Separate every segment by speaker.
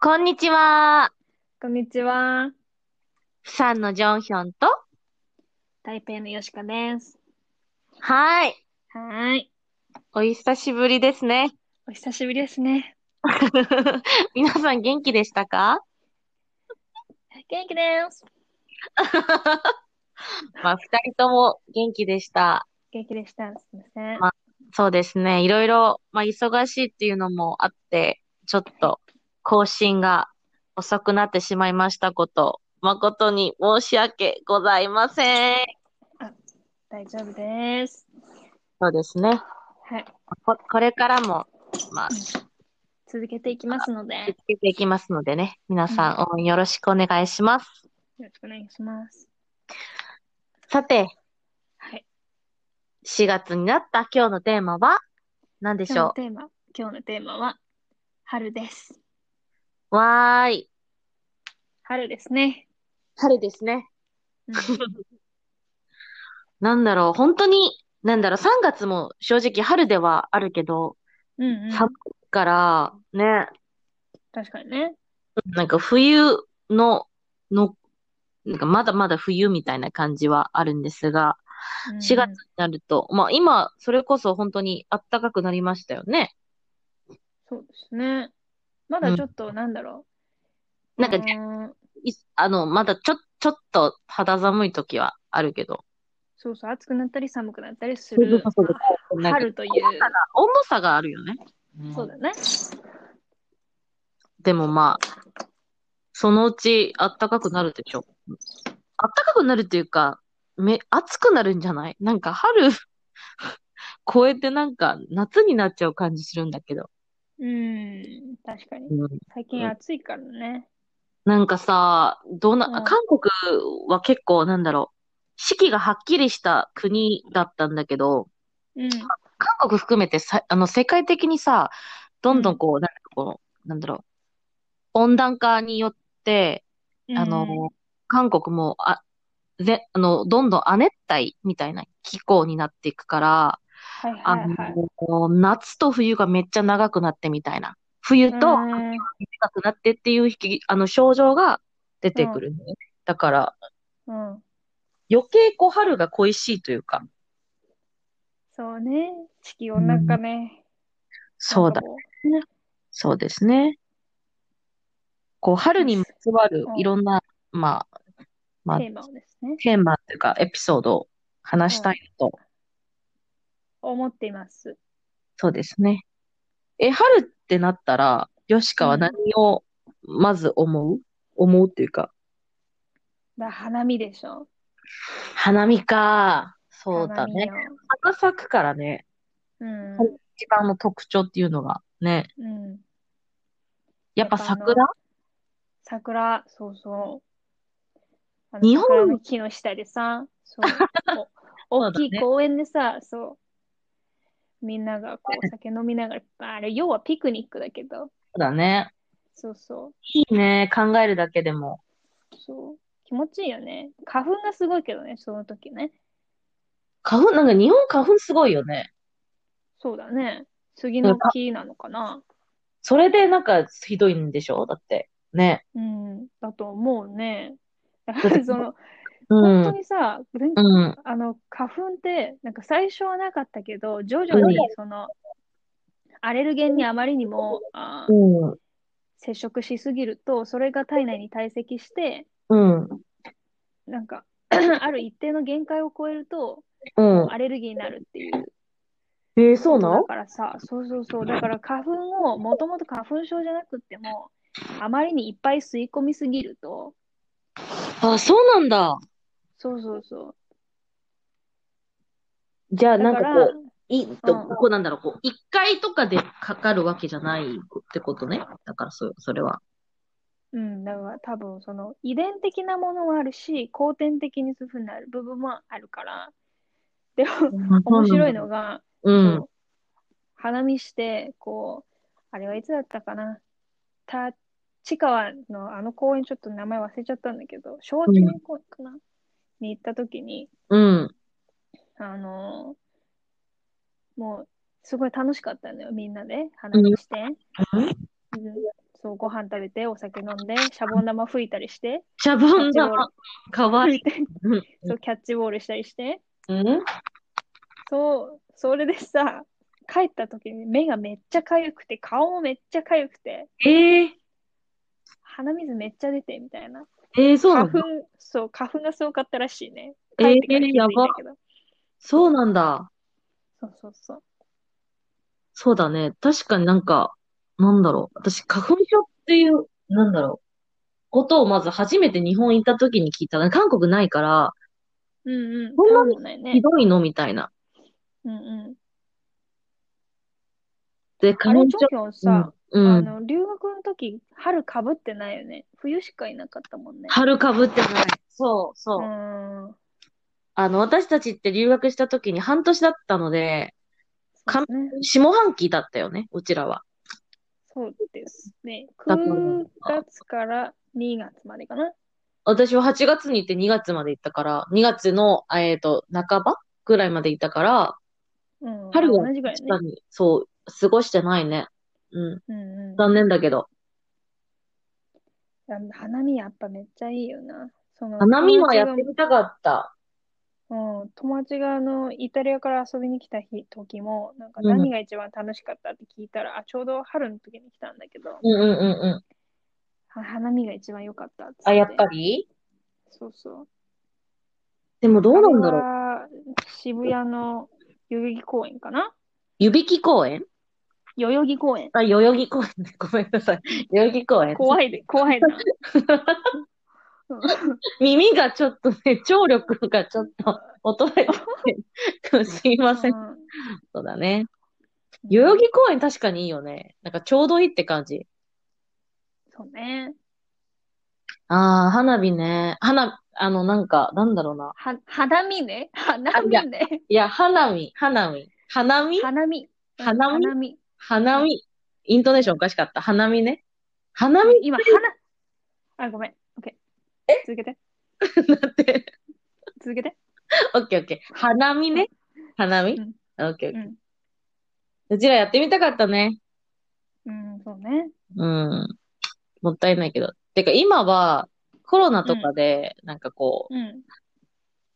Speaker 1: こんにちは。
Speaker 2: こんにちは。
Speaker 1: プサンのジョンヒョンと、
Speaker 2: 台北のよしかです。
Speaker 1: はい。
Speaker 2: はーい。
Speaker 1: お久しぶりですね。
Speaker 2: お久しぶりですね。
Speaker 1: 皆さん元気でしたか
Speaker 2: 元気です。
Speaker 1: まあ、二人とも元気でした。
Speaker 2: 元気でした。すみません。
Speaker 1: まそうですね。いろいろ、まあ、忙しいっていうのもあって、ちょっと更新が遅くなってしまいましたこと、誠に申し訳ございません。
Speaker 2: 大丈夫です。
Speaker 1: そうですね。
Speaker 2: はい。
Speaker 1: ここれからも、まあ、
Speaker 2: 続けていきますので、よ
Speaker 1: 続けていきますのでね、皆さん応援よろしくお願いします。
Speaker 2: ろしくお願いします。
Speaker 1: さて、
Speaker 2: はい。
Speaker 1: 4月になった今日のテーマは何でし
Speaker 2: 今日の
Speaker 1: ょ
Speaker 2: テーマ、今日のテーマは、春です。
Speaker 1: うわーい。
Speaker 2: 春ですね。
Speaker 1: 春ですね。
Speaker 2: うん、
Speaker 1: なんだろう、本当に、なんだろう、3月も正直春ではあるけど、
Speaker 2: うん、うん。
Speaker 1: 寒いから、ね、
Speaker 2: 確かにね。
Speaker 1: なんか冬の、の、なんかまだまだ冬みたいな感じはあるんですが、
Speaker 2: うんうん
Speaker 1: 4月になると、まあ今、それこそ本当に暖かくなりましたよね。
Speaker 2: そうですね。まだちょっと、なんだろう。
Speaker 1: なんか
Speaker 2: うーん
Speaker 1: いあの、まだちょ、ちょっと肌寒い時はあるけど。
Speaker 2: そうそう、暑くなったり寒くなったりす
Speaker 1: そう
Speaker 2: る
Speaker 1: そうそうそう
Speaker 2: まあ春という、
Speaker 1: 温度差があるよね。
Speaker 2: そうだね。
Speaker 1: でもまあ、そのうち暖かくなるでしょ。暖かくなるっていうか、め、暑くなるんじゃないなんか春、 超えてなんか夏になっちゃう感じするんだけど。
Speaker 2: うん、確かに。最
Speaker 1: うん
Speaker 2: 近暑いからね。
Speaker 1: なんかさ、どうな、
Speaker 2: うん
Speaker 1: 韓国は結構なんだろう、四季がはっきりした国だったんだけど、
Speaker 2: うん、
Speaker 1: 韓国含めてさ、あの、世界的にさ、どんどんこう、なんかこう、なんだろう、温暖化によって、あの、韓国も、あ、ぜ、あの、どんどん亜熱帯みたいな気候になっていくから、
Speaker 2: はいはい
Speaker 1: あ
Speaker 2: はい。
Speaker 1: の、夏と冬がめっちゃ長くなってみたいな。冬と
Speaker 2: う
Speaker 1: 短
Speaker 2: ん
Speaker 1: くなってっていう引き、あの、症状が出てくるね。だから、
Speaker 2: うん、
Speaker 1: 余計こう、春が恋しいというか、
Speaker 2: そうね。地球温暖化ね。
Speaker 1: そうだ、
Speaker 2: なんか
Speaker 1: そうですね。こう、春にまつわる
Speaker 2: うん
Speaker 1: いろんな、まあ、ま
Speaker 2: こ
Speaker 1: あ、
Speaker 2: う。テーマをですね。
Speaker 1: テーマというか、エピソードを話したいなと
Speaker 2: 思っています。
Speaker 1: そうですね。え、春ってなったら、ヨシカは何をまず思う思うっていうか。
Speaker 2: だ花見でしょ。
Speaker 1: 花見か。そうだね。
Speaker 2: 花見よ
Speaker 1: 花咲くからね。
Speaker 2: うん。
Speaker 1: 一番の特徴っていうのがね。
Speaker 2: うん。
Speaker 1: やっぱ桜
Speaker 2: 桜、そうそう。あの
Speaker 1: 日本
Speaker 2: 桜の木の下でさ、 そう。お
Speaker 1: そうだ
Speaker 2: 大きい
Speaker 1: ね
Speaker 2: 公園でさ、そう。みんながこう、酒飲みながら、あれ、要はピクニックだけど、
Speaker 1: だね。
Speaker 2: そうそう。
Speaker 1: いいね。考えるだけでも。
Speaker 2: そう。気持ちいいよね。花粉がすごいけどね、その時ね。
Speaker 1: 花粉、なんか日本花粉すごいよね。
Speaker 2: そうだね。杉の木なのかな。
Speaker 1: それでなんかひどいんでしょだって。ね。
Speaker 2: うん。だと思うね。だ
Speaker 1: だ
Speaker 2: か
Speaker 1: って
Speaker 2: らその、
Speaker 1: う
Speaker 2: 本当
Speaker 1: ん。
Speaker 2: にさ、全
Speaker 1: うん。
Speaker 2: あの、花粉って、なんか最初はなかったけど、徐々に
Speaker 1: う
Speaker 2: その、アレルゲンにあまりにも、あー
Speaker 1: うん。
Speaker 2: 接触しすぎると、それが体内に堆積して、
Speaker 1: うん。
Speaker 2: なんか、 ある一定の限界を超えると、
Speaker 1: うん。
Speaker 2: アレルギーになるっていう。
Speaker 1: えーそうな
Speaker 2: だ
Speaker 1: の
Speaker 2: からさ、そうそうそう、だから花粉を、もともと花粉症じゃなくっても、あまりにいっぱい吸い込みすぎると、
Speaker 1: あ、そうなんだ。
Speaker 2: そうそうそう。
Speaker 1: じゃあ
Speaker 2: だ
Speaker 1: なん
Speaker 2: か、
Speaker 1: からこう、い、と、
Speaker 2: うん
Speaker 1: こうなんだろう、こう、一回とかでかかるわけじゃないってことね。だから、そ、それは。
Speaker 2: うん、だから多分その遺伝的なものもあるし、後天的にそういうふうになる部分もあるから、でも面白いのが、
Speaker 1: うん。
Speaker 2: こう花見して、こう、あれはいつだったかな、た、千川のあの公園、ちょっと名前忘れちゃったんだけど、商店公園かな、に行った時に、
Speaker 1: うん。
Speaker 2: あのーもう、すごい楽しかったのよ、みんなで、花見して。うん、そう、ご飯食べて、お酒飲んで、シャボン玉吹いたりして、
Speaker 1: シャボン玉、かわいい。
Speaker 2: そう、キャッチボールしたりして、
Speaker 1: うん
Speaker 2: そう、それでさ、帰った時に目がめっちゃ痒くて、顔もめっちゃ痒くて、
Speaker 1: ええ
Speaker 2: 鼻水めっちゃ出て、みたいな。
Speaker 1: ええそうな
Speaker 2: 花
Speaker 1: んだ
Speaker 2: 粉。、そう、花粉がすごかったらしいね。
Speaker 1: え
Speaker 2: 帰
Speaker 1: ー
Speaker 2: ってから気づいたけど。
Speaker 1: そうなんだ。
Speaker 2: そうそうそう。
Speaker 1: そうだね。確かになんか、なんだろう。私、花粉症っていう、なんだろう。ことをまず初めて日本行った時に聞いた。韓国ないから、
Speaker 2: うんうん。
Speaker 1: そんな
Speaker 2: そ
Speaker 1: に
Speaker 2: うもない
Speaker 1: ひ
Speaker 2: ね。
Speaker 1: どいのみたいな。
Speaker 2: うんうん。
Speaker 1: で、
Speaker 2: あ
Speaker 1: 花
Speaker 2: れ、
Speaker 1: 粉
Speaker 2: チ
Speaker 1: 症
Speaker 2: ョンヒョンさ、
Speaker 1: うん、う
Speaker 2: あ
Speaker 1: ん。
Speaker 2: の、留学の時、春かぶってないよね。冬しかいなかったもんね。
Speaker 1: 春かぶってない。そうそうう。
Speaker 2: ーん。
Speaker 1: あの、私たちって留学した時に半年だったので、
Speaker 2: そうですね。
Speaker 1: 下半期だったよね、うちらは。
Speaker 2: そうですね。
Speaker 1: だから
Speaker 2: 9月から2月までかな。
Speaker 1: 私は8月に行って2月まで行ったから、2月の、えっと、半ばぐらいまで行ったから、
Speaker 2: うん。
Speaker 1: 春は
Speaker 2: 同じぐらい
Speaker 1: 確
Speaker 2: ね
Speaker 1: か。に、そう、過ごしてないね。うん。
Speaker 2: うんうん。
Speaker 1: 残念だけど。
Speaker 2: 花見やっぱめっちゃいいよな。その
Speaker 1: 花見はやっ
Speaker 2: 友
Speaker 1: て
Speaker 2: 達
Speaker 1: みたかった。
Speaker 2: がうん、友達があのイタリアから遊びに来た日時も、なんか
Speaker 1: うん
Speaker 2: 何が一番楽しかったって聞いたら、あ、ちょうど春の時に来たんだけど、
Speaker 1: うんうんうんうん。
Speaker 2: あ花見が一番良かったっつって。
Speaker 1: あ、やっぱり
Speaker 2: そうそう。
Speaker 1: でもどうなんだろう。
Speaker 2: あれは渋谷の代々木公園かな
Speaker 1: 湯引公園
Speaker 2: 代々木公園。
Speaker 1: あ、代々木公園ね。 ごめんなさい。代々木公園。
Speaker 2: 怖いで、怖いな。うん
Speaker 1: 耳がちょっとね、聴力がちょっと衰え て、すいません。
Speaker 2: うん
Speaker 1: そうだね。代々木公園確かにいいよね。なんかちょうどいいって感じ。
Speaker 2: そうね。
Speaker 1: ああ、花火ね。花、あの、なんか、なんだろうな。
Speaker 2: は、花見ね。花見ね。
Speaker 1: いや、花見、花見。花見
Speaker 2: 花見。うん
Speaker 1: 花見
Speaker 2: 花見。
Speaker 1: 花見。イントネーションおかしかった。花見ね。花 見
Speaker 2: 今、花。あ、ごめん。オッケー。続けて。
Speaker 1: だって。
Speaker 2: 続けて。
Speaker 1: オッケーオッケー。花見ね。花見。
Speaker 2: うん
Speaker 1: オッケーオッケ
Speaker 2: うん。
Speaker 1: ー。うちらやってみたかったね。
Speaker 2: うん、そうね。
Speaker 1: うん。もったいないけど。てか今はコロナとかで、なんかこう、
Speaker 2: うん。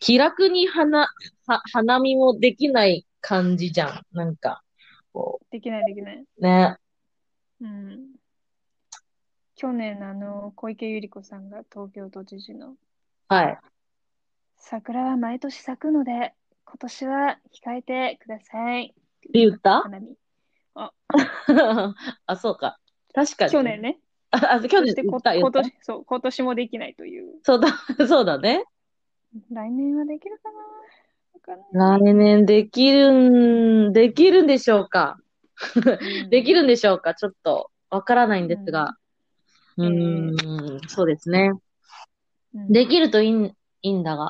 Speaker 1: 気楽に花、は、花見もできない感じじゃん。なんか、こ
Speaker 2: できない、できない。
Speaker 1: う、ね。
Speaker 2: うん。去年、あの、小池百合子さんが東京都知事の、
Speaker 1: はい。
Speaker 2: 桜は毎年咲くので、今年は控えてください。
Speaker 1: で、言った
Speaker 2: 花見。
Speaker 1: あ、そうか。確かに。
Speaker 2: 去年。ね。
Speaker 1: あ、あ去
Speaker 2: そ
Speaker 1: 年
Speaker 2: して
Speaker 1: 言
Speaker 2: こ、
Speaker 1: った、言
Speaker 2: 今
Speaker 1: った。
Speaker 2: 年、そう、今年もできないという。
Speaker 1: そうだ、 そうだね。
Speaker 2: 来年はできるかなわかんない。
Speaker 1: 来年できるん、できるんでしょうか。 できるんでしょうか。ちょっと、わからないんですが。う
Speaker 2: うん
Speaker 1: ーん、そうですね。
Speaker 2: うん
Speaker 1: できるといいん、いいんだが。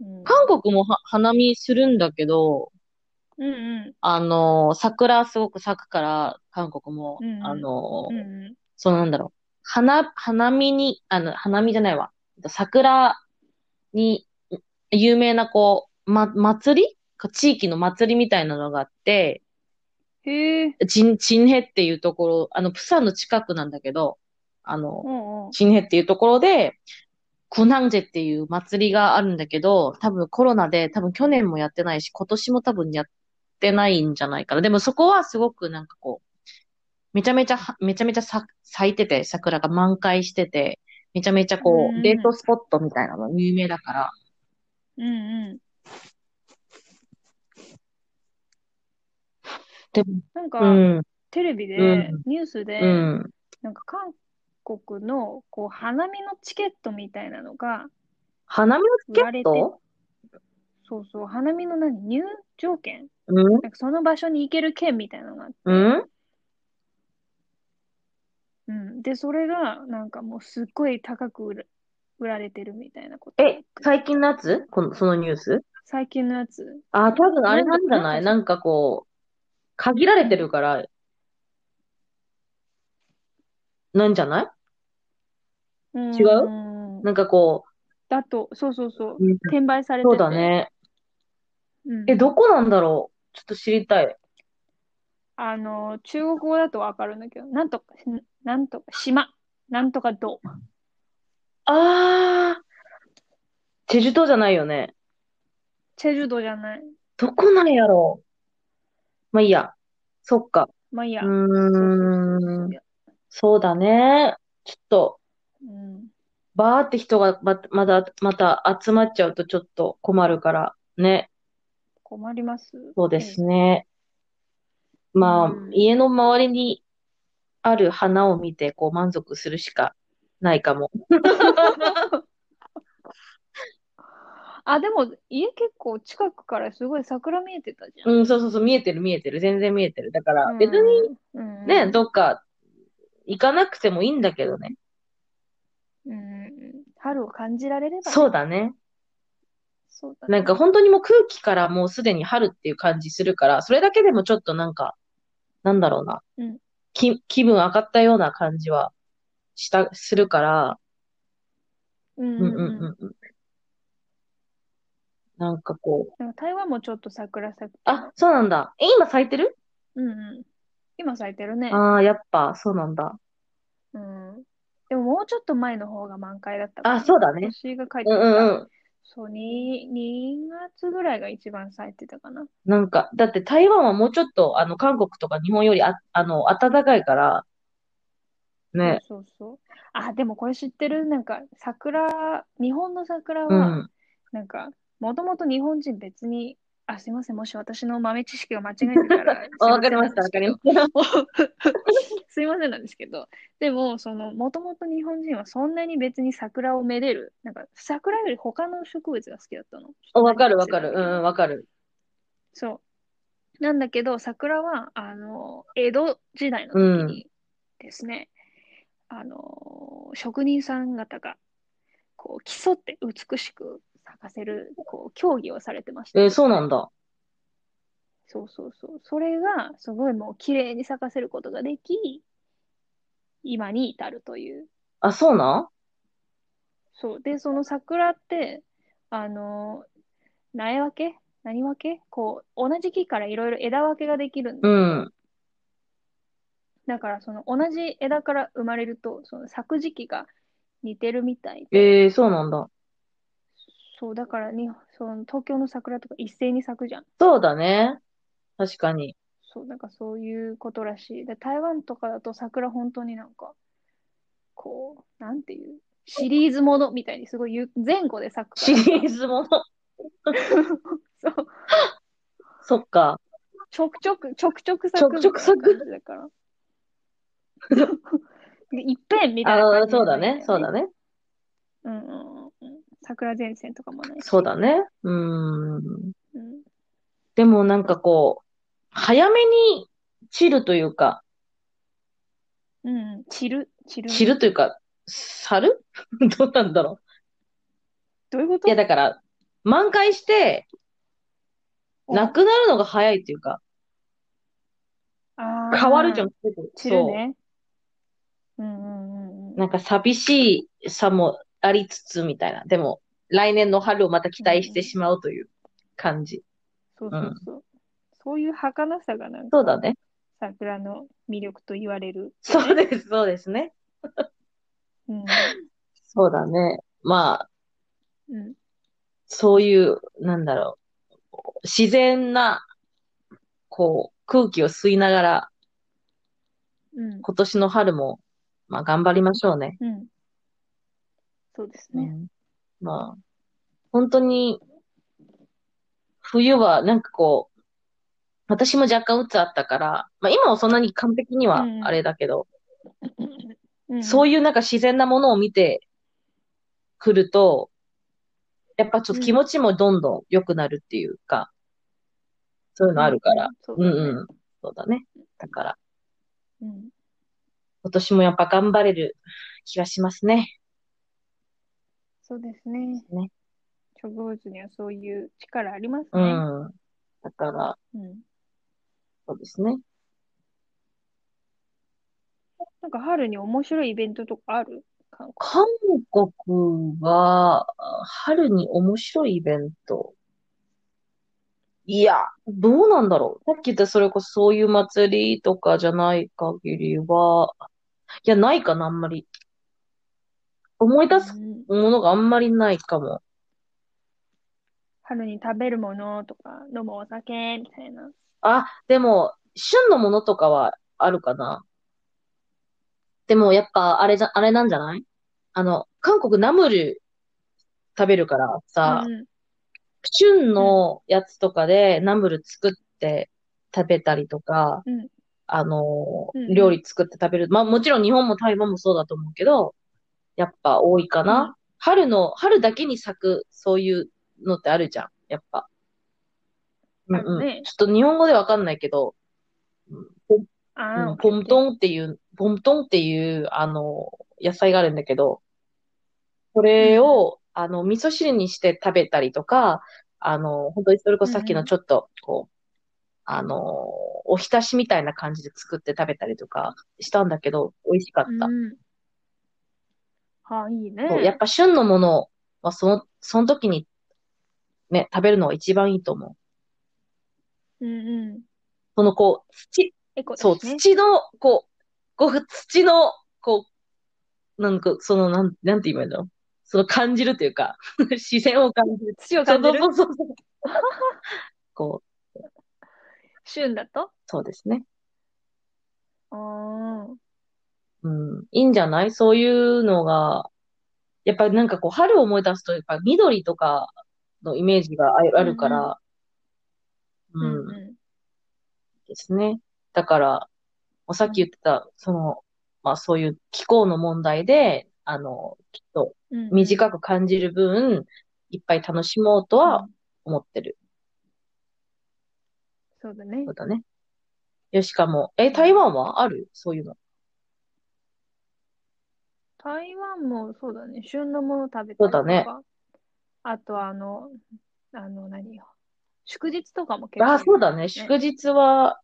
Speaker 2: うん
Speaker 1: 韓国もは花見するんだけど、
Speaker 2: うんうん
Speaker 1: あのー、桜すごく咲くから、韓国も、
Speaker 2: うんうん
Speaker 1: あの
Speaker 2: う
Speaker 1: ー、
Speaker 2: んうん
Speaker 1: そうなんだろう。花、花見に、あの、花見じゃないわ。桜に、有名な、こう、ま、祭り地域の祭りみたいなのがあって、
Speaker 2: へえ。
Speaker 1: チン、チンヘっていうところ、あの、プサンの近くなんだけど、あ
Speaker 2: う
Speaker 1: の、
Speaker 2: んうん。
Speaker 1: チンヘっていうところで、コナンジェっていう祭りがあるんだけど、多分コロナで、多分去年もやってないし、今年も多分やってないんじゃないかな。でもそこはすごくなんかこう、めちゃめちゃは、めちゃめちゃさ咲いてて、桜が満開してて、めちゃめちゃこ
Speaker 2: うんう
Speaker 1: う、
Speaker 2: ん
Speaker 1: デートスポットみたいなの有名だから、
Speaker 2: うんうん。
Speaker 1: でも、
Speaker 2: なん
Speaker 1: う
Speaker 2: か、
Speaker 1: ん、
Speaker 2: テレビで
Speaker 1: うん、
Speaker 2: ニュースで
Speaker 1: う、ん、
Speaker 2: なんか韓国の、こう、花見のチケットみたいなのが、
Speaker 1: 花見のチケ
Speaker 2: 売られ
Speaker 1: ッ
Speaker 2: て
Speaker 1: ト
Speaker 2: そうそう、花見の何、入場券
Speaker 1: うん、
Speaker 2: なんかその場所に行ける券みたいなのがあって、
Speaker 1: うん
Speaker 2: うん。で、それが、なんかもう、すっごい高く売ら売られてるみたいなこと。
Speaker 1: え、最近のやつこの、そのニュース
Speaker 2: 最近のやつ。
Speaker 1: あ、多分あれなんじゃない
Speaker 2: な
Speaker 1: なんかこう、限られてるから、なんじゃない違う
Speaker 2: うん
Speaker 1: なんかこ
Speaker 2: だと、そうそうそう
Speaker 1: う、。
Speaker 2: 転売されて
Speaker 1: そ
Speaker 2: て。
Speaker 1: うだね。
Speaker 2: うん。
Speaker 1: え、どこなんだろうちょっと知りたい。
Speaker 2: あの、中国語だとわかるんだけど、なんとか、なんとか、島、なんとかどう。
Speaker 1: ああ、チェジュ島じゃないよね。
Speaker 2: チェジュドじゃない。
Speaker 1: どこなんやろまあいいや。そっか。
Speaker 2: まあいいや。
Speaker 1: う
Speaker 2: そうそうそう
Speaker 1: ー。
Speaker 2: そうん
Speaker 1: そうだね。ちょっと、
Speaker 2: うん。
Speaker 1: バーって人がま、まだ、また集まっちゃうとちょっと困るから、ね。
Speaker 2: 困ります。
Speaker 1: そうですね。まあ
Speaker 2: う、ん
Speaker 1: 家の周りにある花を見て、こう満足するしかないかも。
Speaker 2: あ、でも、家結構近くからすごい桜見えてたじゃん。
Speaker 1: うん、そうそうそう、見えてる見えてる。全然見えてる。だから、別に、
Speaker 2: に、うん
Speaker 1: ね、どっか行かなくてもいいんだけどね。
Speaker 2: うん、春を感じられればね
Speaker 1: そうだね。
Speaker 2: そうだね
Speaker 1: なんか本当にもう空気からもうすでに春っていう感じするから、それだけでもちょっとなんか、なんだろうな
Speaker 2: うん。
Speaker 1: き、気分上がったような感じはした、するから、
Speaker 2: うん
Speaker 1: うん
Speaker 2: う
Speaker 1: うんん
Speaker 2: うん
Speaker 1: うんうん。なんかこう、
Speaker 2: でも台湾もちょっと桜咲く。
Speaker 1: あ、そうなんだ。え、今咲いてる
Speaker 2: うんうん。今咲いてるね。
Speaker 1: ああ、やっぱ、そうなんだ。
Speaker 2: うん。でももうちょっと前の方が満開だったから
Speaker 1: あ、そうだね。
Speaker 2: 私が帰
Speaker 1: う
Speaker 2: って
Speaker 1: ん
Speaker 2: きた。
Speaker 1: うんうん。
Speaker 2: そう、2、2月ぐらいが一番咲いてたかな。
Speaker 1: なんか、だって台湾はもうちょっと、あの、韓国とか日本よりあ、あの、暖かいから、ね。
Speaker 2: そうそうそう。あ、でもこれ知ってるなんか桜、日本の桜
Speaker 1: う
Speaker 2: は、
Speaker 1: ん。
Speaker 2: なんか、もともと日本人別に、あ、すいません、もし私の豆知識が間違えてたら、すい
Speaker 1: あ
Speaker 2: ま
Speaker 1: わ
Speaker 2: せ
Speaker 1: か
Speaker 2: ん
Speaker 1: りました、
Speaker 2: な
Speaker 1: わか
Speaker 2: んですけ
Speaker 1: り
Speaker 2: ど
Speaker 1: ました。
Speaker 2: すいませんなんですけど、でも、その、もともと日本人はそんなに別に桜をめでる、なんか、桜より他の植物が好きだったの。
Speaker 1: おわかるわかる。うん、
Speaker 2: る。
Speaker 1: わかる。
Speaker 2: そう。なんだけど、桜は、あの、江戸時代の時にですね、あの、職人さん方が、こう、競って美しく咲かせる、こう、競技をされてました。
Speaker 1: えーそうなんだ。
Speaker 2: そうそうそう。それが、すごいもう、綺麗に咲かせることができ、今に至るという。
Speaker 1: あ、そうなん
Speaker 2: そう。で、その桜って、あの、苗分け何分けこう、同じ木からいろいろ枝分けができるんだ
Speaker 1: う
Speaker 2: けど、
Speaker 1: ん。
Speaker 2: だから、その同じ枝から生まれると、その咲く時期が似てるみたいで、
Speaker 1: えーそうなんだ。
Speaker 2: そう、だからに、その東京の桜とか一斉に咲くじゃん。
Speaker 1: そうだね。確かに。
Speaker 2: そう、なんかそういうことらしい。で、台湾とかだと桜本当になんか、こう、なんていう、シリーズものみたいにすごいゆ前後で咲くか
Speaker 1: シ
Speaker 2: らさ
Speaker 1: リーズもの。
Speaker 2: そう、
Speaker 1: そっか。
Speaker 2: ちょくちょく、ちょくちょく咲くみ
Speaker 1: ちょくちょく咲
Speaker 2: たいな
Speaker 1: く
Speaker 2: 感じだから。で いっぺんみたいな
Speaker 1: あ
Speaker 2: 感
Speaker 1: ー、
Speaker 2: じ
Speaker 1: そう
Speaker 2: じ
Speaker 1: だ
Speaker 2: ゃないん
Speaker 1: ね。そうだね。
Speaker 2: うんうんうんうん。桜前線とかもないし。
Speaker 1: そうだね。うーん。
Speaker 2: うん。
Speaker 1: でもなんかこう、早めに散るというか、
Speaker 2: うんうん、散る、散る。
Speaker 1: 散るというか、去る どうなんだろ
Speaker 2: どういうこ
Speaker 1: う。
Speaker 2: と
Speaker 1: いや、だから、満開して、なくなるのが早いというか、
Speaker 2: あー
Speaker 1: 変わるじゃん、。すぐ
Speaker 2: 散る
Speaker 1: そう。
Speaker 2: ね。うんうんうんうん。
Speaker 1: なんか寂しいさもありつつみたいな。でも、来年の春をまた期待してしまうという感じ。
Speaker 2: そうそうそう。そういう儚さがなんか、
Speaker 1: そうだね。
Speaker 2: 桜の魅力と言われる。
Speaker 1: そう です、そうですね。
Speaker 2: うん。
Speaker 1: そうだね。まあ、
Speaker 2: うん。
Speaker 1: そういう、なんだろう。自然な、こう、空気を吸いながら、
Speaker 2: うん。
Speaker 1: 今年の春も、まあ、頑張りましょうね。
Speaker 2: うん。そうです
Speaker 1: う
Speaker 2: ね。
Speaker 1: んまあ、本当に、冬はなんかこう、私も若干鬱あったから、まあ今はそんなに完璧には
Speaker 2: うん
Speaker 1: あれだけど、
Speaker 2: うん。
Speaker 1: そういうなんか自然なものを見てくると、やっぱちょっと気持ちもどんどん良くなるっていうか、そういうのあるから。。
Speaker 2: そう
Speaker 1: う
Speaker 2: だ
Speaker 1: ん
Speaker 2: ね
Speaker 1: うん。そうだね。だから、
Speaker 2: うん。
Speaker 1: 今年もやっぱ頑張れる気がしますね。
Speaker 2: そうですね。
Speaker 1: ね
Speaker 2: 植物にはそういう力あります
Speaker 1: う
Speaker 2: ね。
Speaker 1: ん。だから、
Speaker 2: うん。
Speaker 1: そうですね。
Speaker 2: なんか春に面白いイベントとかある韓国。
Speaker 1: 韓国は、あ春に面白いイベント。いや、どうなんだろう。さっき言ったそれこそそういう祭りとかじゃない限りは、いや、ないかな、あんまり。思い出す
Speaker 2: うん
Speaker 1: ものがあんまりないかも。
Speaker 2: 春に食べるものとか、飲むお酒みたいな。
Speaker 1: あ、でも、旬のものとかはあるかな。でも、やっぱ、あれじゃ、あれなんじゃないあの、韓国ナムル食べるからさ、
Speaker 2: うん
Speaker 1: 旬のやつとかでナムル作って食べたりとか、
Speaker 2: うん
Speaker 1: あの
Speaker 2: うんう
Speaker 1: ー、
Speaker 2: ん
Speaker 1: 料理作って食べる。まあもちろん日本も台湾もそうだと思うけど、やっぱ多いか
Speaker 2: うん
Speaker 1: な。春の、春だけに咲く、そういうのってあるじゃん、やっぱ。うんうん
Speaker 2: あるね
Speaker 1: ちょっと日本語でわかんないけど、うんポン
Speaker 2: ああ、
Speaker 1: ポントンっていう、ポントンっていう、あのー、野菜があるんだけど、これを、あの、味噌汁にして食べたりとか、あの、本当にそれこそさっき
Speaker 2: うんう
Speaker 1: の
Speaker 2: ん
Speaker 1: ちょっと、こう、あの、おひたしみたいな感じで作って食べたりとかしたんだけど、美味しかった。
Speaker 2: うん。ああ、いいね。
Speaker 1: そうやっぱ旬のものは、その、その時に、ね、食べるのが一番いいと思う。
Speaker 2: うんうん。
Speaker 1: その、こう、土、
Speaker 2: エコだし
Speaker 1: そう、
Speaker 2: ね。
Speaker 1: 土の、こう、ごく土の、こう、なんか、その、なん、なんて言えばいいのその感じるというか、 自然を感じる。
Speaker 2: 土を感じる
Speaker 1: そうそうそうそう。こう、
Speaker 2: 旬だと
Speaker 1: そうですね。
Speaker 2: ああ、
Speaker 1: うん、いいんじゃないそういうのが、やっぱりなんかこう、春を思い出すと、やっぱ緑とかのイメージがああるから、う、
Speaker 2: うんん
Speaker 1: ですね。だから、もうさっき言ってた、その、まあそういう気候の問題で、あの、きっと
Speaker 2: うん。く
Speaker 1: 短く感じる分、いっぱい楽しもうとは思ってる。
Speaker 2: そうだね
Speaker 1: そう。だね。よしかも、え、台湾はあるそういうの。
Speaker 2: 台湾もそうだね。旬のもの食べ
Speaker 1: そうだ
Speaker 2: たりと
Speaker 1: ね
Speaker 2: か。あとはあの、あの何よ。祝日とかも結構。
Speaker 1: あ、そうだね。祝日は、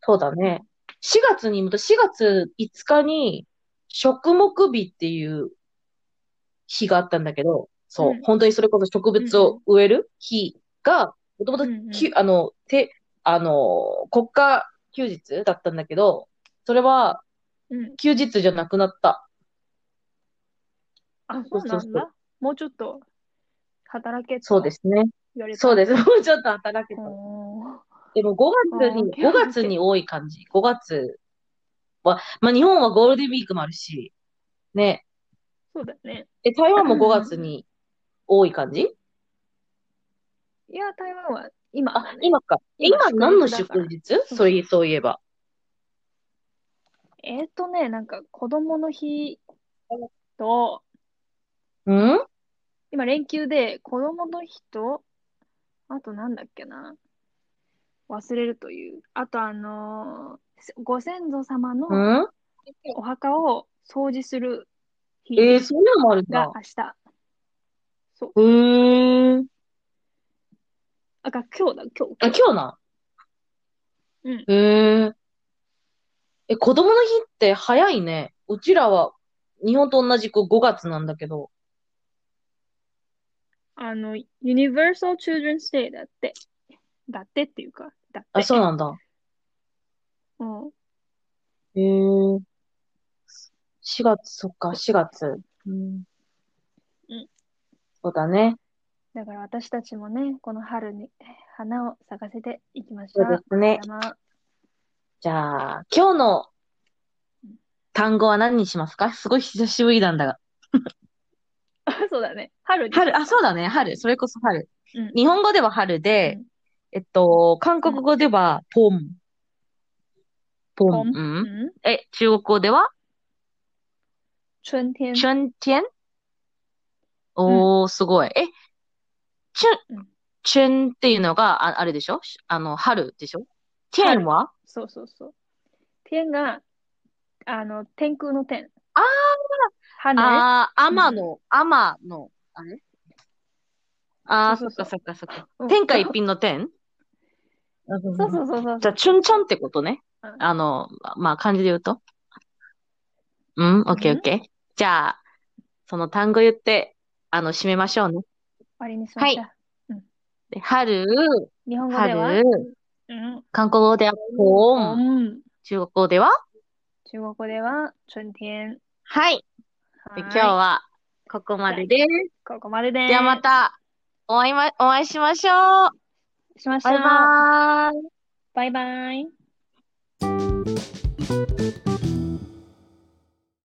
Speaker 1: そうだね。4月に、4月5日に、食木日っていう日があったんだけど、そう、
Speaker 2: うん
Speaker 1: 本当にそれこそ植物を植える日が、もともと
Speaker 2: うんうん
Speaker 1: きゅ、あの、て、あの、国家休日だったんだけど、それは
Speaker 2: うん。
Speaker 1: 休日じゃなくなった。
Speaker 2: あ、そう
Speaker 1: そ
Speaker 2: な
Speaker 1: うそ
Speaker 2: ん
Speaker 1: うそ
Speaker 2: だ。もうちょっと働け。
Speaker 1: そうですすね。
Speaker 2: 言われた
Speaker 1: そうです。もうちょっと働けた。
Speaker 2: おー
Speaker 1: でも5月
Speaker 2: あー
Speaker 1: に、
Speaker 2: 結構
Speaker 1: 5月に多い感じ。5月は、まあ日本はゴールデンウィークもあるし、ね。
Speaker 2: そうだね。
Speaker 1: え、台湾も5月に多い感じ
Speaker 2: いや、台湾は今
Speaker 1: あ
Speaker 2: だね、
Speaker 1: 今か。
Speaker 2: 今
Speaker 1: 今何の祝
Speaker 2: 祝
Speaker 1: 日それ、そういえば。
Speaker 2: えっとね、なんか子供の日と、
Speaker 1: うん
Speaker 2: 今連休で子供の日と、あとなんだっけな。忘れるという。あとあのーご先祖様の
Speaker 1: うん
Speaker 2: お墓を掃除する日
Speaker 1: えー、そういうのもあるん
Speaker 2: が
Speaker 1: だ。
Speaker 2: 明日。そう。
Speaker 1: うーん。
Speaker 2: あ、が今日だ、今日。
Speaker 1: あ、今日な。
Speaker 2: うん
Speaker 1: へえ。え、子供の日って早いね。うちらは、日本と同じく5月なんだけど。
Speaker 2: あの、Universal Children's Day だって。だってっていうか、だって。
Speaker 1: あ、そうなんだ。
Speaker 2: うん。
Speaker 1: へえ。4月、そっか、4月。うん。
Speaker 2: うん
Speaker 1: そうだね。
Speaker 2: だから私たちもね、この春に花を咲かせていきまし
Speaker 1: そ
Speaker 2: ょ
Speaker 1: うで
Speaker 2: う。
Speaker 1: すね。
Speaker 2: 山
Speaker 1: じゃあ、今日の単語は何にしますかすごい久しぶりなんだが。
Speaker 2: あそうだね。春に。
Speaker 1: 春、あ、そうだね。春。それこそ春。
Speaker 2: うん。
Speaker 1: 日本語では春で、
Speaker 2: うん
Speaker 1: えっと、韓国語ではポン。ポ
Speaker 2: ポ
Speaker 1: ン。う。
Speaker 2: ン。うんん。
Speaker 1: え、中国語では
Speaker 2: 春天。
Speaker 1: 春天おー、すごい。え、春
Speaker 2: うん、
Speaker 1: 春っていうのが、あ、あれでしょあの、春でしょ天は
Speaker 2: そうそうそう。天が、あの、天空の天。
Speaker 1: あー
Speaker 2: 花ね。
Speaker 1: ああー、天の、天の、あれああ、
Speaker 2: そ
Speaker 1: そうっ
Speaker 2: そう
Speaker 1: かそっかそっか。
Speaker 2: うん
Speaker 1: 天下一。品の天そう
Speaker 2: そうそうそうそう。
Speaker 1: じゃあ、チュンチョンってことね
Speaker 2: うん。
Speaker 1: あの、まあ、漢字で言うと。うん、オッケーオッケー。じゃあ、その単語言って、あの、締めましょうね。
Speaker 2: 終わりにしましょう。
Speaker 1: で春、
Speaker 2: 日本語では、
Speaker 1: 春、
Speaker 2: うん、
Speaker 1: 韓国語ではポーン、
Speaker 2: うん
Speaker 1: 中国語では
Speaker 2: 中国語では春天。
Speaker 1: はい。で今日
Speaker 2: い。
Speaker 1: はここまでです。
Speaker 2: ここまでです。
Speaker 1: ではま。たお会いま、お会いしましょう。
Speaker 2: しまし
Speaker 1: バイ
Speaker 2: た。
Speaker 1: バーイ。
Speaker 2: バイバイ。